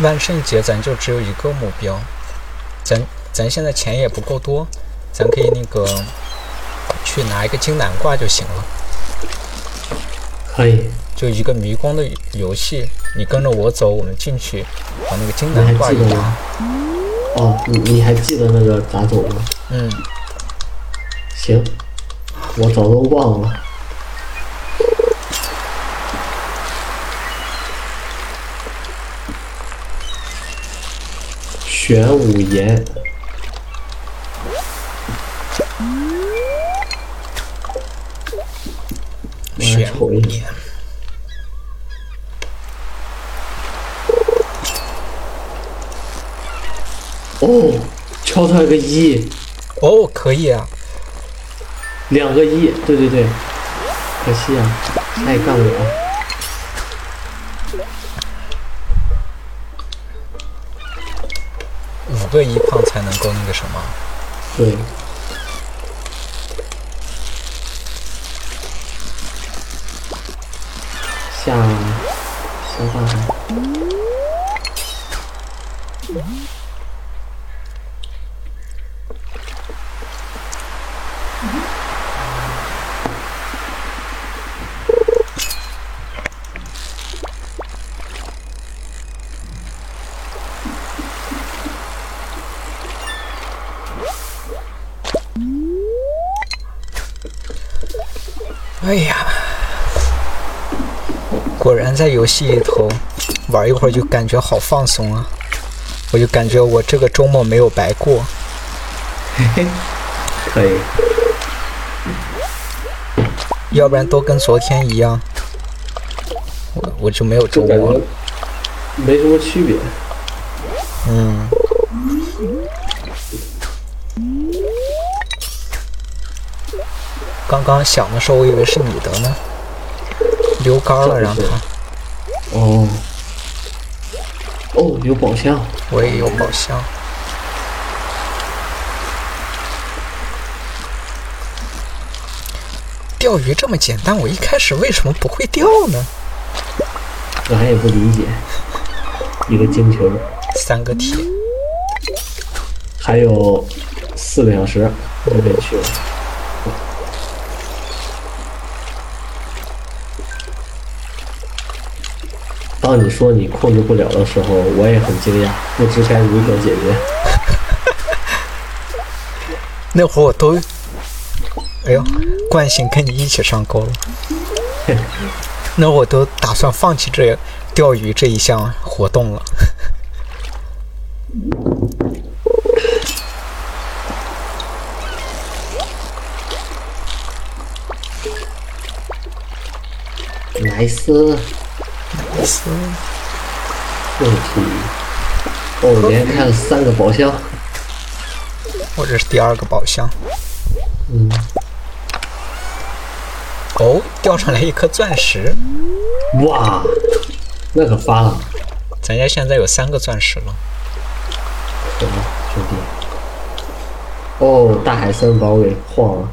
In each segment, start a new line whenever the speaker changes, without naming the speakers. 万圣节咱就只有一个目标，咱咱现在钱也不够多，咱可以那个去拿一个金南瓜就行了。
可以，
就一个迷宫的游戏，你跟着我走，我们进去把那个金
你还
南瓜一
记得
拿
吗。哦，你你还记得那个咋走吗？
嗯，
行，我早都忘了。玄武岩，我来
玄
瞅
武
一眼。
岩。
哦，敲出来个一，
哦，可以啊，
两个一，对对对，可惜啊，他也干我。
五个一胖才能够那个什么。
对，下小大海。
哎呀，果然在游戏里头玩一会儿就感觉好放松啊！我就感觉我这个周末没有白过。
可以，
要不然都跟昨天一样，我我就没有周
就感
末
觉
了。
没什么区别。
嗯，刚刚响的时候，我以为是你的呢，溜杆儿了让他，
哦，哦，有宝箱，
我也有宝箱。钓鱼这么简单，我一开始为什么不会钓呢？
俺也不理解。一个金球，
三个铁，
还有四个小时就得去了。当你说你控制不了的时候，我也很惊讶，不知该如何解决。
那会儿我都，哎呦，惯性跟你一起上 钩了。那我都打算放弃这钓鱼这一项活动了。
莱斯用体，哦，连开了三个宝箱。
我这是第二个宝箱。
嗯，
哦，钓上来一颗钻石，
哇，那可发了，
咱家现在有三个钻石了。
怎么兄弟？哦，大海森把我给晃了。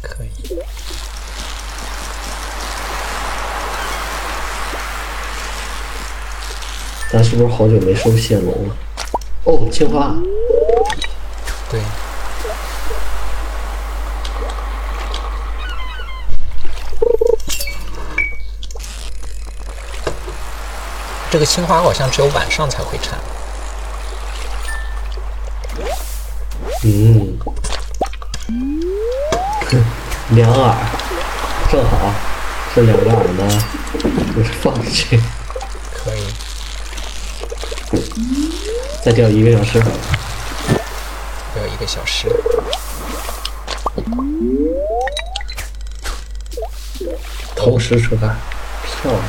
可以。
咱是不是好久没收蟹笼了？哦，青花，
对，这个青花好像只有晚上才会产。
嗯，两耳，正好这两个耳呢，就是放上去，
可以。
再钓一个小时。
还有一个小时。
同时出发，漂亮！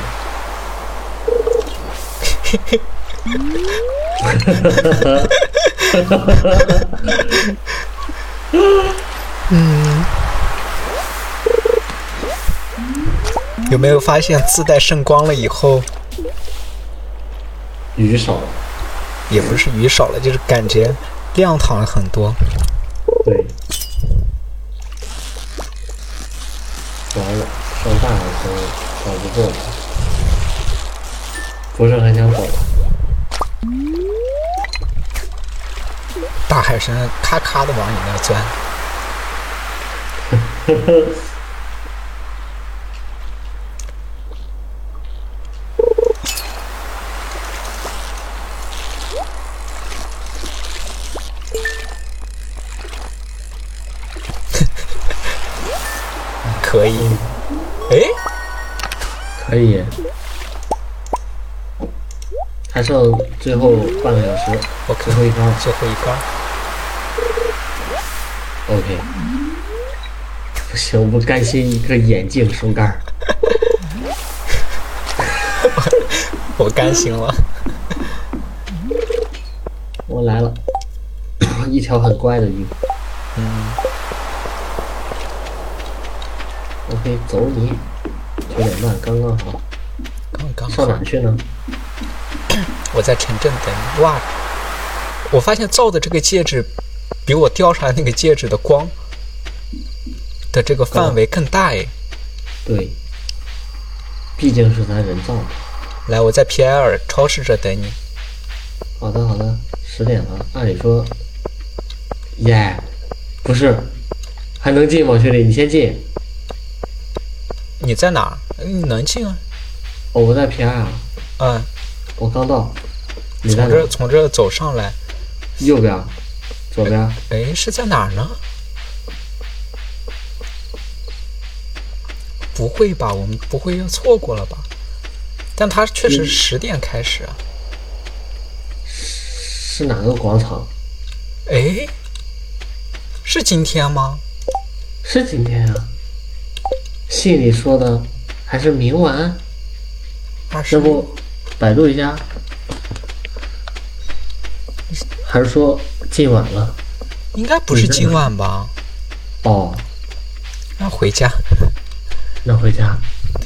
有没有发现自带圣光了以后，
鱼少了，
也不是鱼少了，就是感觉亮堂了很多。
对，完了，上大海都搞不过了，不是很想走。
大海神咔咔的往你那钻。 可以，哎，
可以，还剩最后半个小时，
我
最
看
后一缸。
最后一缸，
OK，不行，我甘心一个眼镜手杆儿。
我甘心了。
我来了，一条很乖的鱼。嗯。OK，走你。九点半刚刚好，
刚刚
上哪去呢？
我在城镇等你。哇，我发现造的这个戒指，比我雕出来那个戒指的光的这个范围更大哎。
对，毕竟是咱人造的。
来，我在皮埃尔超市这等你。
好的，好的，十点了。按理说，耶、不是，还能进吗？兄弟，你先进。
你在哪儿？嗯能进啊？
哦，我在 PR，
嗯，
我刚到。你在
从
哪
这？从这走上来，
右边，左边。
哎，是在哪儿呢？不会吧，我们不会又错过了吧？但它确实
嗯
十点开始啊。
是哪个广场？
哎，是今天吗？
是今天啊？信里说的还是明晚？
二十
要不百度一下？还是说今晚了？
应该不是今晚吧？
哦，
那回家。
那回家。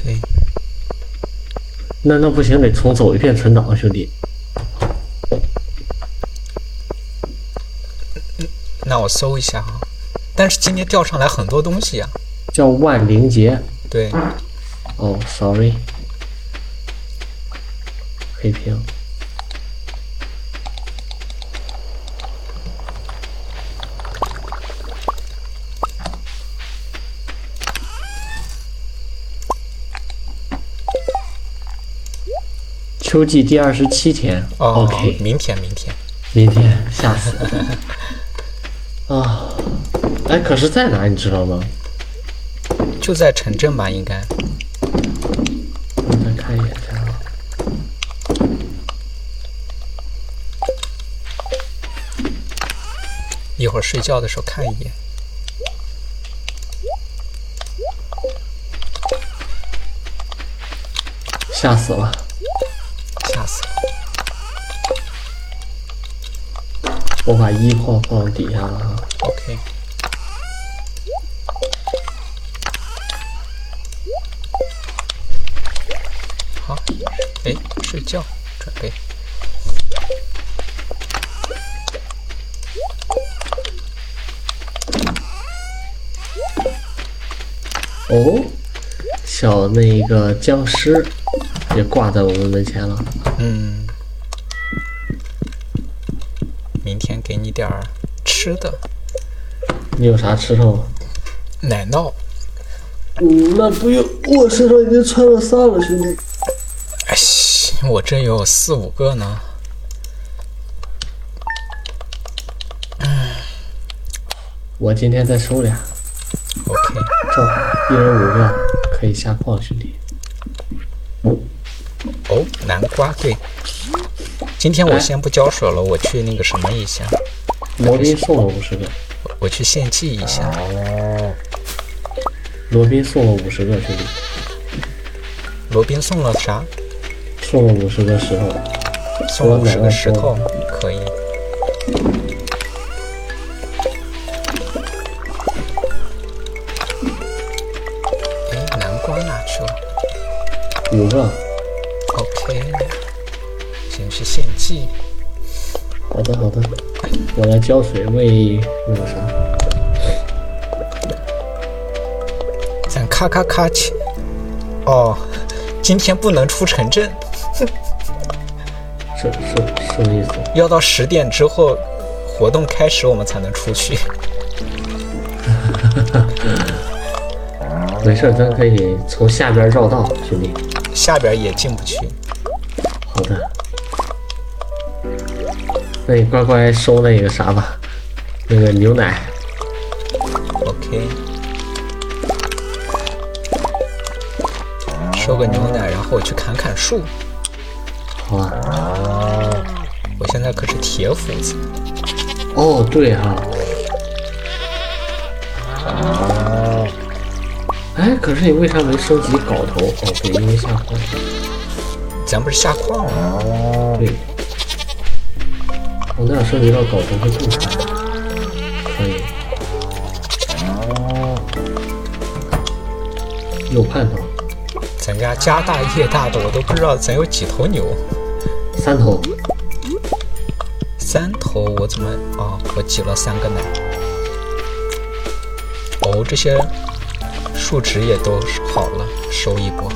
对，
那那不行，得重走一遍存档，啊兄弟。
那我搜一下啊。但是今天钓上来很多东西呀、
叫万灵节。
对，
哦，sorry，黑屏。秋季第二十七天、
哦
o k
明天明天
明天吓死了啊！哎，可是在哪儿你知道吗？
就在城镇吧，应该。
我再看一眼这样啊。
一会儿睡觉的时候看一眼。
吓死了。
吓死了！
我把一号放底下了啊。
OK，好，哎，睡觉，准备。
哦，小那个僵尸也挂在我们门前了。
嗯，明天给你点儿吃的，
你有啥吃的吗？
奶酪。
嗯，那不用，我身上已经穿了仨了，兄弟。
哎西，我这有四五个呢。
我今天再收俩，
OK，
正好一人五个，可以下矿，兄弟。
哦，南瓜对。今天我
哎
先不浇水了，我去那个什么一下，
罗宾送了五十个，
我去献祭一下。
罗宾送了五十个，兄弟，
罗宾送了啥？
送了五十个石头。
送了五十个石头，可以。哎，南瓜哪去了？
五个。
OK，先去献祭。
好的，好的，我来浇水喂那个啥。
咱咔咔咔切，哦，今天不能出城镇，
什什什么意思？
要到十点之后活动开始我们才能出去。
没事儿，咱可以从下边绕道去练。
下边也进不去。
好的，那你乖乖收那个啥吧，那个牛奶。
OK，收个牛奶，然后我去砍砍树。
好吧。
我现在可是铁斧子，
哦，对哈、哎，可是你为啥没升级镐头？哦，对，因为下矿。
咱不是下矿了？
对，哦我那样升级到镐头会更快。可以。有盼头，
咱家家大业大的，我都不知道咱有几头牛。
三头。
三头我怎么啊、我挤了三个奶。哦，这些数值也都好了，收一波。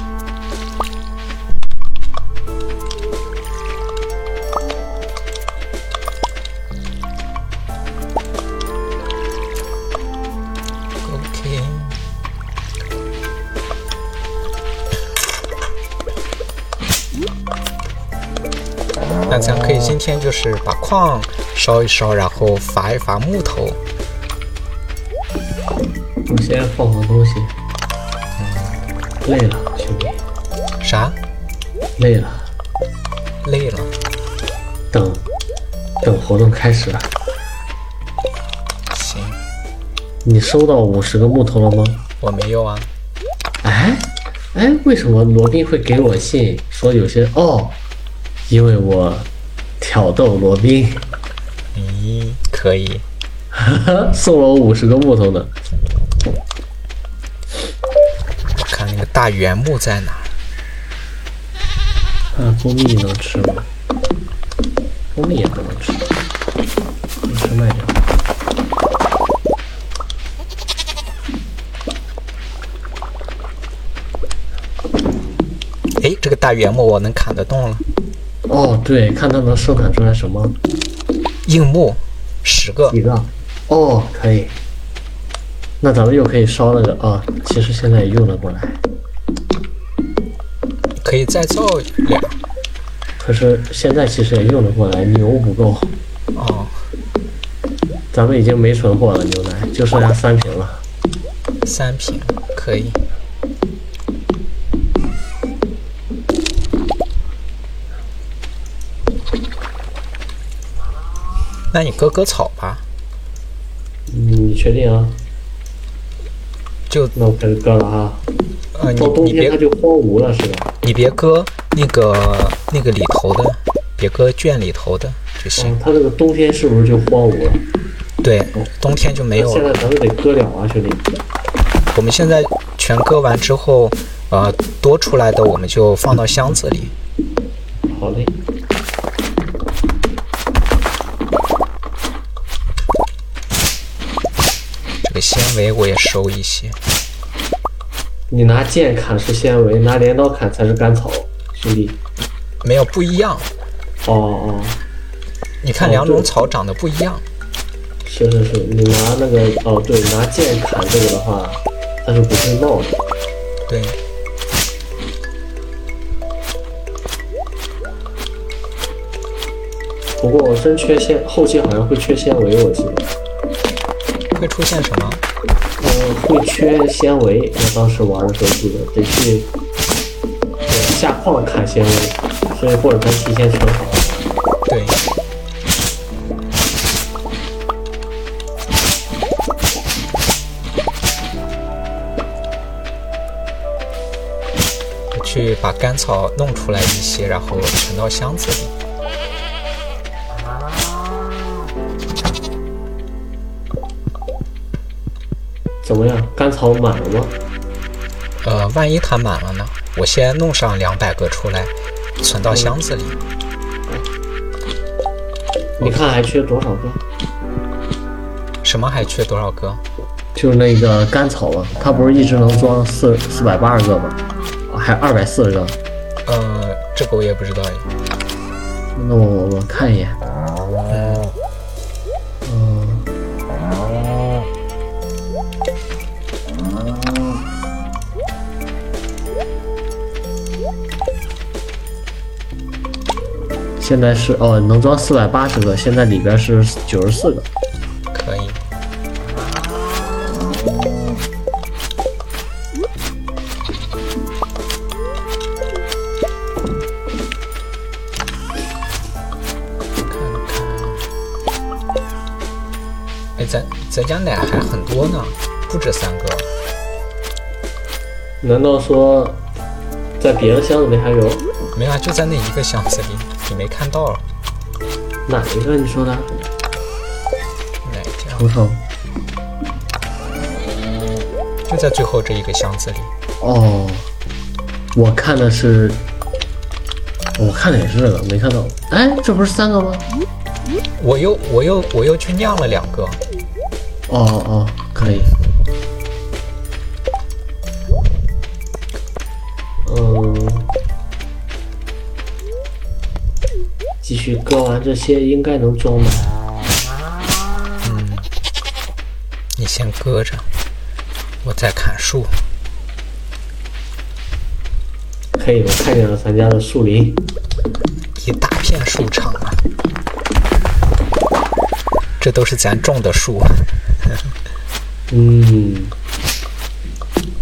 OK，那咱可以今天就是把矿烧一烧，然后伐一伐木头。
我先放放东西，嗯累了，兄弟，
啥？
累了，
累了？
等等活动开始了。
行，
你收到五十个木头了吗？
我没有啊。
哎哎，为什么罗宾会给我信说有些哦？因为我挑逗罗宾，
咦，可以。
送了我五十个木头呢。
我看那个大原木在哪儿？
看啊蜂蜜能吃吗？蜂蜜也不能吃，能吃卖掉。
哎，这个大原木我能砍得动了。
哦，对，看它能生产出来什么
硬木，十个。
几个？哦，可以。那咱们又可以烧那个啊、其实现在也用得过来，
可以再造俩。
可是现在其实也用得过来，牛不够，
哦，
咱们已经没存货了，牛奶就剩下三瓶了。
三瓶可以。那你割割草吧，
你确定啊？
就
那我开始割了啊。
呃你
到冬
你
天它
别
就荒芜了，是吧？
你别割那个那个里头的，别割圈里头的就行。
嗯，它这个冬天是不是就荒芜了？
对，冬天就没有
现
了。
在咱们得割了啊，兄弟。
我们现在全割完之后，呃，多出来的我们就放到箱子里。
好嘞。
这个纤维我也收一些。
你拿剑砍是纤维，拿镰刀砍才是甘草，兄弟。
没有不一样，
哦哦，
你看
哦
两种
对
草长得不一样。
是是是，你拿那个哦，对，拿剑砍这个的话，它是不会冒的。
对，
不过我真缺纤，后期好像会缺纤维，我记得。
会出现什么？
呃，会缺纤维。我当时玩的时候记得得去呃下矿砍纤维，所以或者咱提前存好。
对，我去把甘草弄出来一些，然后存到箱子里。
怎么样？甘草满了吗？
呃，万一它满了呢？我先弄上两百个出来，存到箱子里。
你看还缺多少个？
什么还缺多少个？
就是那个甘草啊，它不是一直能装四四百八十个吗？哎还有二百四十张。
呃，这个我也不知道哎。
那我我我看一眼。呃嗯。现在是哦，能装四百八十个，现在里边是九十四个。
可以。看看，哎，咱咱家奶还很多呢，不止三个。
难道说在别的箱子里还有
没有啊，就在那一个箱子里，你没看到啊
哪一个？你说的？
奶家，
瞅瞅。
就在最后这一个箱子里。
哦，我看的是，我看的也是这个，没看到。哎，这不是三个吗？
我又我又我又去酿了两个，
哦哦，可以。嗯，继续割完这些应该能装满。
你先搁着，我再砍树。
可以，我看见了咱家的树林。
一大片树场啊，这都是咱种的树啊。
嗯，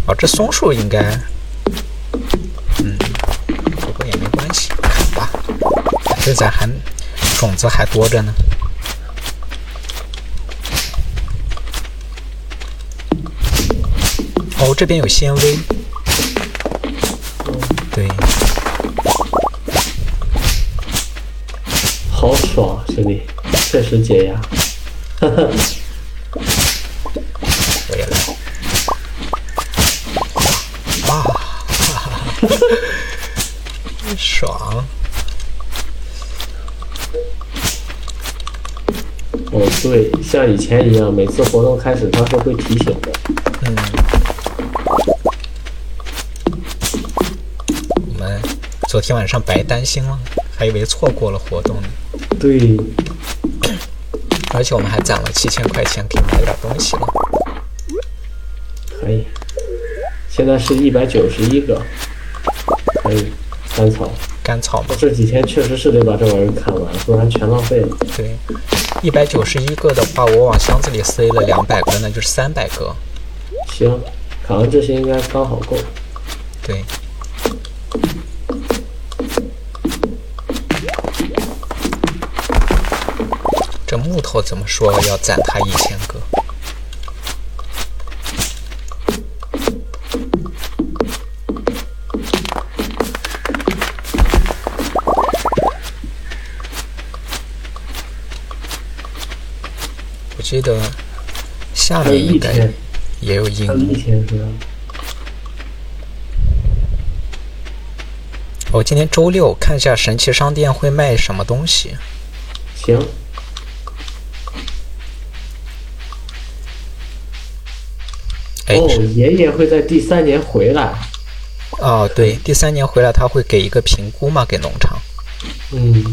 哦，这松树应该，嗯，不过也没关系，砍吧，反正咱还种子还多着呢。哦，这边有纤维，对，
好爽啊，兄弟，确实解压。
我也来。哇，哈哈哈爽！
哦，对，像以前一样，每次活动开始它是会提醒的。
嗯，我们昨天晚上白担心了，还以为错过了活动呢。
对，
而且我们还攒了七千块钱，可以买点东西了。
可以。现在是一百九十一个，可以。甘草，
甘草嘛，
这几天确实是得把这玩意儿看完，不然全浪费了。
对，一百九十一个的话，我往箱子里塞了两百个，那就是三百个。
行，砍完这些应该刚好够。
对，这木头怎么说要攒它一千个？我记得下
还有
面
一
应该
天，
也有
还有一
阴。
天是吧？
我、哦今天周六看一下神奇商店会卖什么东西。
行，
哎，
哦，爷爷会在第三年回来。
哦，对，第三年回来他会给一个评估嘛，给农场。
嗯，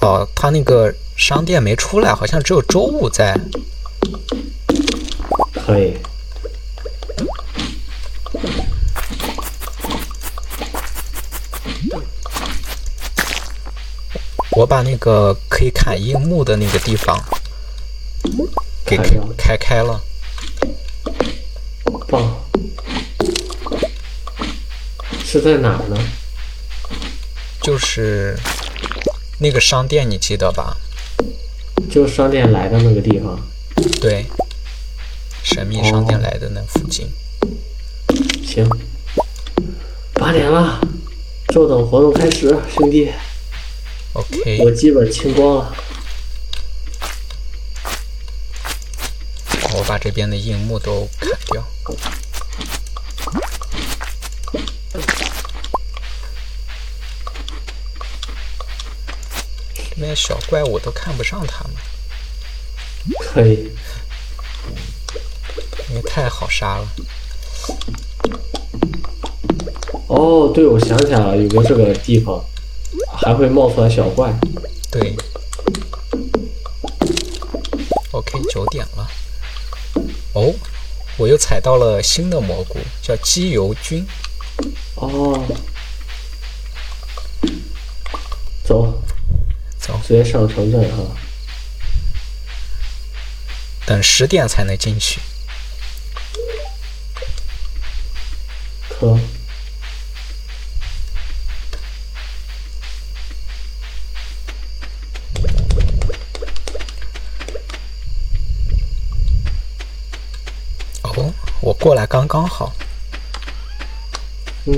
哦，他那个商店没出来，好像只有周五在。
可以。
我把那个可以砍硬木的那个地方给
砍
开
掉
开开了。
棒。是在哪儿呢？
就是那个商店，你记得吧？
就商店来的那个地方。
对，神秘商
哦
店来的那附近。
行，八点了，坐等活动开始，兄弟，我
OK，
基本清光了。
我把这边的硬木都砍掉。这边小怪物都看不上他们，
可以，
因为太好杀了。
哦，对，我想起来了，有个这个地方还会冒出来小怪。
对。OK，九点了。哦，我又采到了新的蘑菇，叫鸡油菌。
哦，走，
走，
直接上城镇啊！
等十点才能进去。
可
哦，我过来刚刚好。
嗯，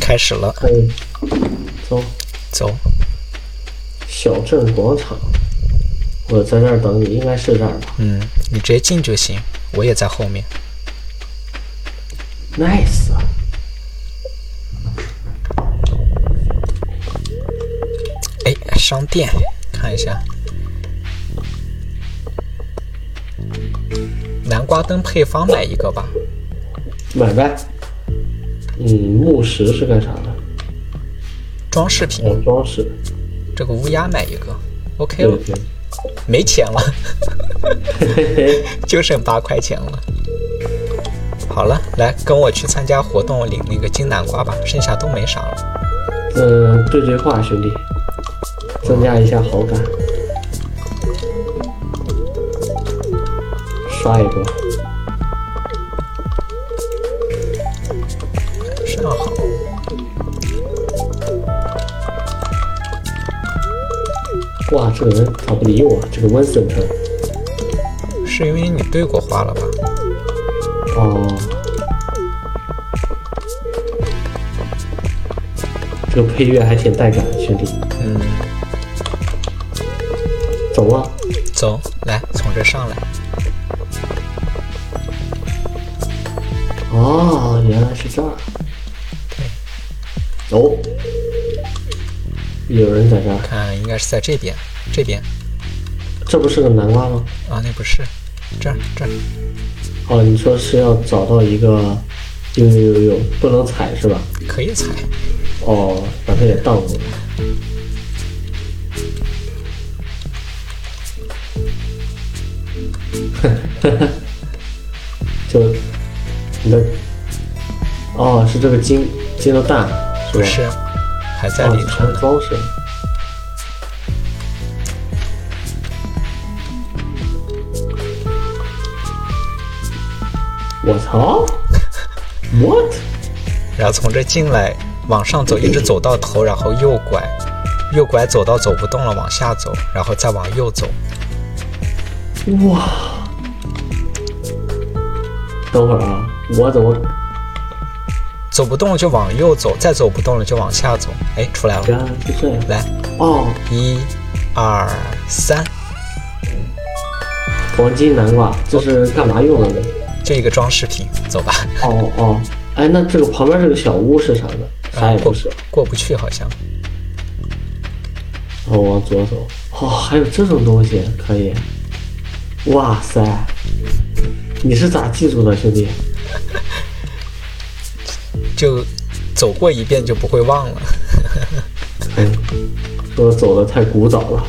开始了，
可以，走，
走。
小镇广场。我在这儿等你，应该是这儿吧
嗯，你直接进就行，我也在后面。
？Nice，啊
哎，商店，看一下。南瓜灯配方买一个吧。
买呗。嗯，木石是干啥的？
装饰品，
哦，装饰。
这个乌鸦买一个，OK
对
了，
对。
没钱了，就剩八块钱了。好了，来跟我去参加活动领那个金南瓜吧，剩下都没啥了。
呃，对对话，兄弟，增加一下好感，刷一波。
上啊好，
哇，这个人咋不理我？这个温森特，
是因为你对过话了吧？
哦，这个配乐还挺带感的，兄弟，
嗯，
走啊！
走，来从这上来。
哦，原来是这儿。走，有人在这儿，
看，应该是在这边，这边
这不是个南瓜吗？
啊，那不是，这儿这儿，
哦，你说是要找到一个，有有有有，不能踩是吧？
可以踩。
哦，把它给荡过来。 就你的，哦，是这个金金的蛋，是
不
吧？
是，还在
哦
里，头
还。是装饰。我操！What？
然后从这进来，往上走，一直走到头，然后右拐，右拐走到走不动了，往下走，然后再往右走。
哇！等会儿啊，我怎么
走不动了就往右走，再走不动了就往下走。哎，出来了，
原来是这样？
来，
哦，
一、二、三，
黄金南瓜，这是干嘛用的呢？
就一个装饰品，走吧。
哦哦，哎，那这个旁边这个小屋是啥呢？啥
过
也哎不是，
过不去好像。
哦，往左走。哦，还有这种东西，可以。哇塞，你是咋记住的，兄弟？
就走过一遍就不会忘了。
嗯，我走的太古早了。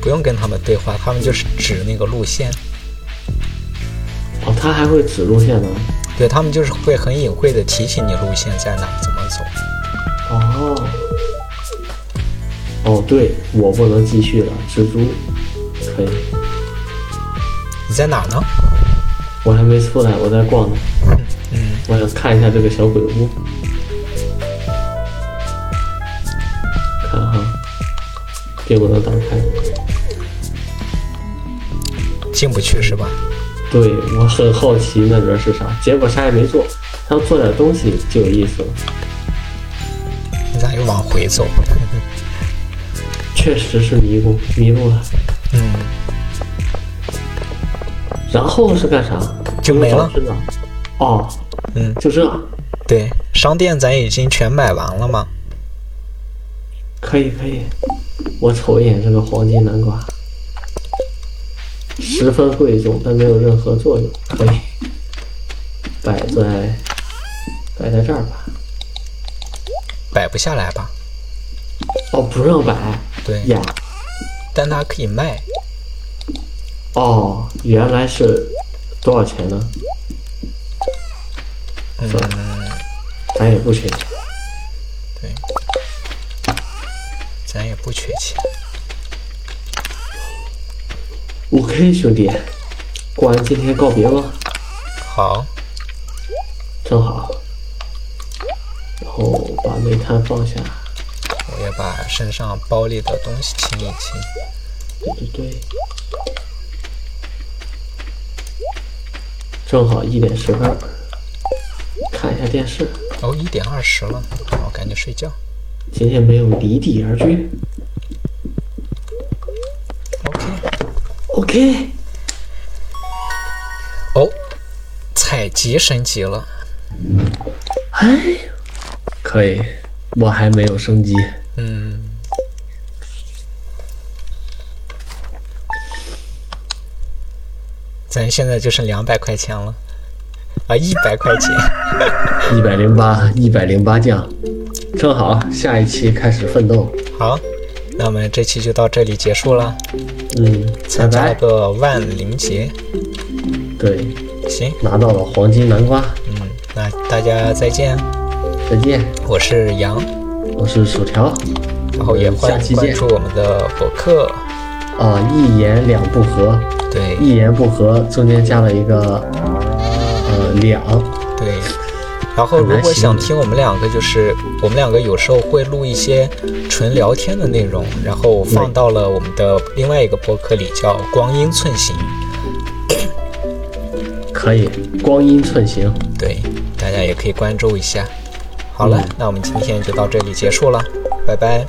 不用跟他们对话，他们就是指那个路线，
哦，他还会指路线呢。
对他们就是会很隐晦的提醒你路线在哪，怎么走。
哦，哦，对，我不能继续了，蜘蛛，可以，
你在哪呢？
我还没出来，我在逛呢。嗯，我想看一下这个小鬼屋。看哈，并不能打开。
进不去是吧？
对我很好奇那里边是啥，结果啥也没做。他要做点东西就有意思了。
你咋又往回走？
确实是迷宫，迷路了。
嗯，
然后是干啥？
就没了
找吃的。哦，
嗯，
就这，
对，商店咱已经全买完了嘛。
可以可以。我瞅一眼这个黄金南瓜，十分贵重，但没有任何作用。可以摆在摆在这儿吧。
摆不下来吧？
哦，不让摆
对，
呀。
但它可以卖，
哦，原来是多少钱呢？算了，咱也不缺钱。
咱也不缺钱。
五 K 兄弟，过完今天告别吧，
好，
正好。然后把煤炭放下，
我也把身上包里的东西清一清。
对对对。正好一点十分，看一下电视。
哦，一点二十了，那我赶紧睡觉。
今天没有离地而居。
OK。
OK，
哦，采集升级了，
可以。我还没有升级。
嗯，咱现在就剩两百块钱了，啊，一百块钱，
一百零八，一百零八将，正好下一期开始奋斗。
好，那我们这期就到这里结束了，
嗯，拜
参加了
拜。
个万灵节，
对，
行，
拿到了黄金南瓜，
嗯，那大家再见，
再见。
我是杨，
我是薯条。
然后也
我们
欢
嗯下期
迎关
见
注。我们的博客，
啊，一言两不合，
对
一言不合中间加了一个呃两，
对。然后，如果想听我们两个，就是我们两个有时候会录一些纯聊天的内容，然后放到了我们的另外一个播客里，叫《光阴寸行》。
可以，光阴寸行。
对，大家也可以关注一下。好了
嗯，
那我们今天就到这里结束了，拜拜。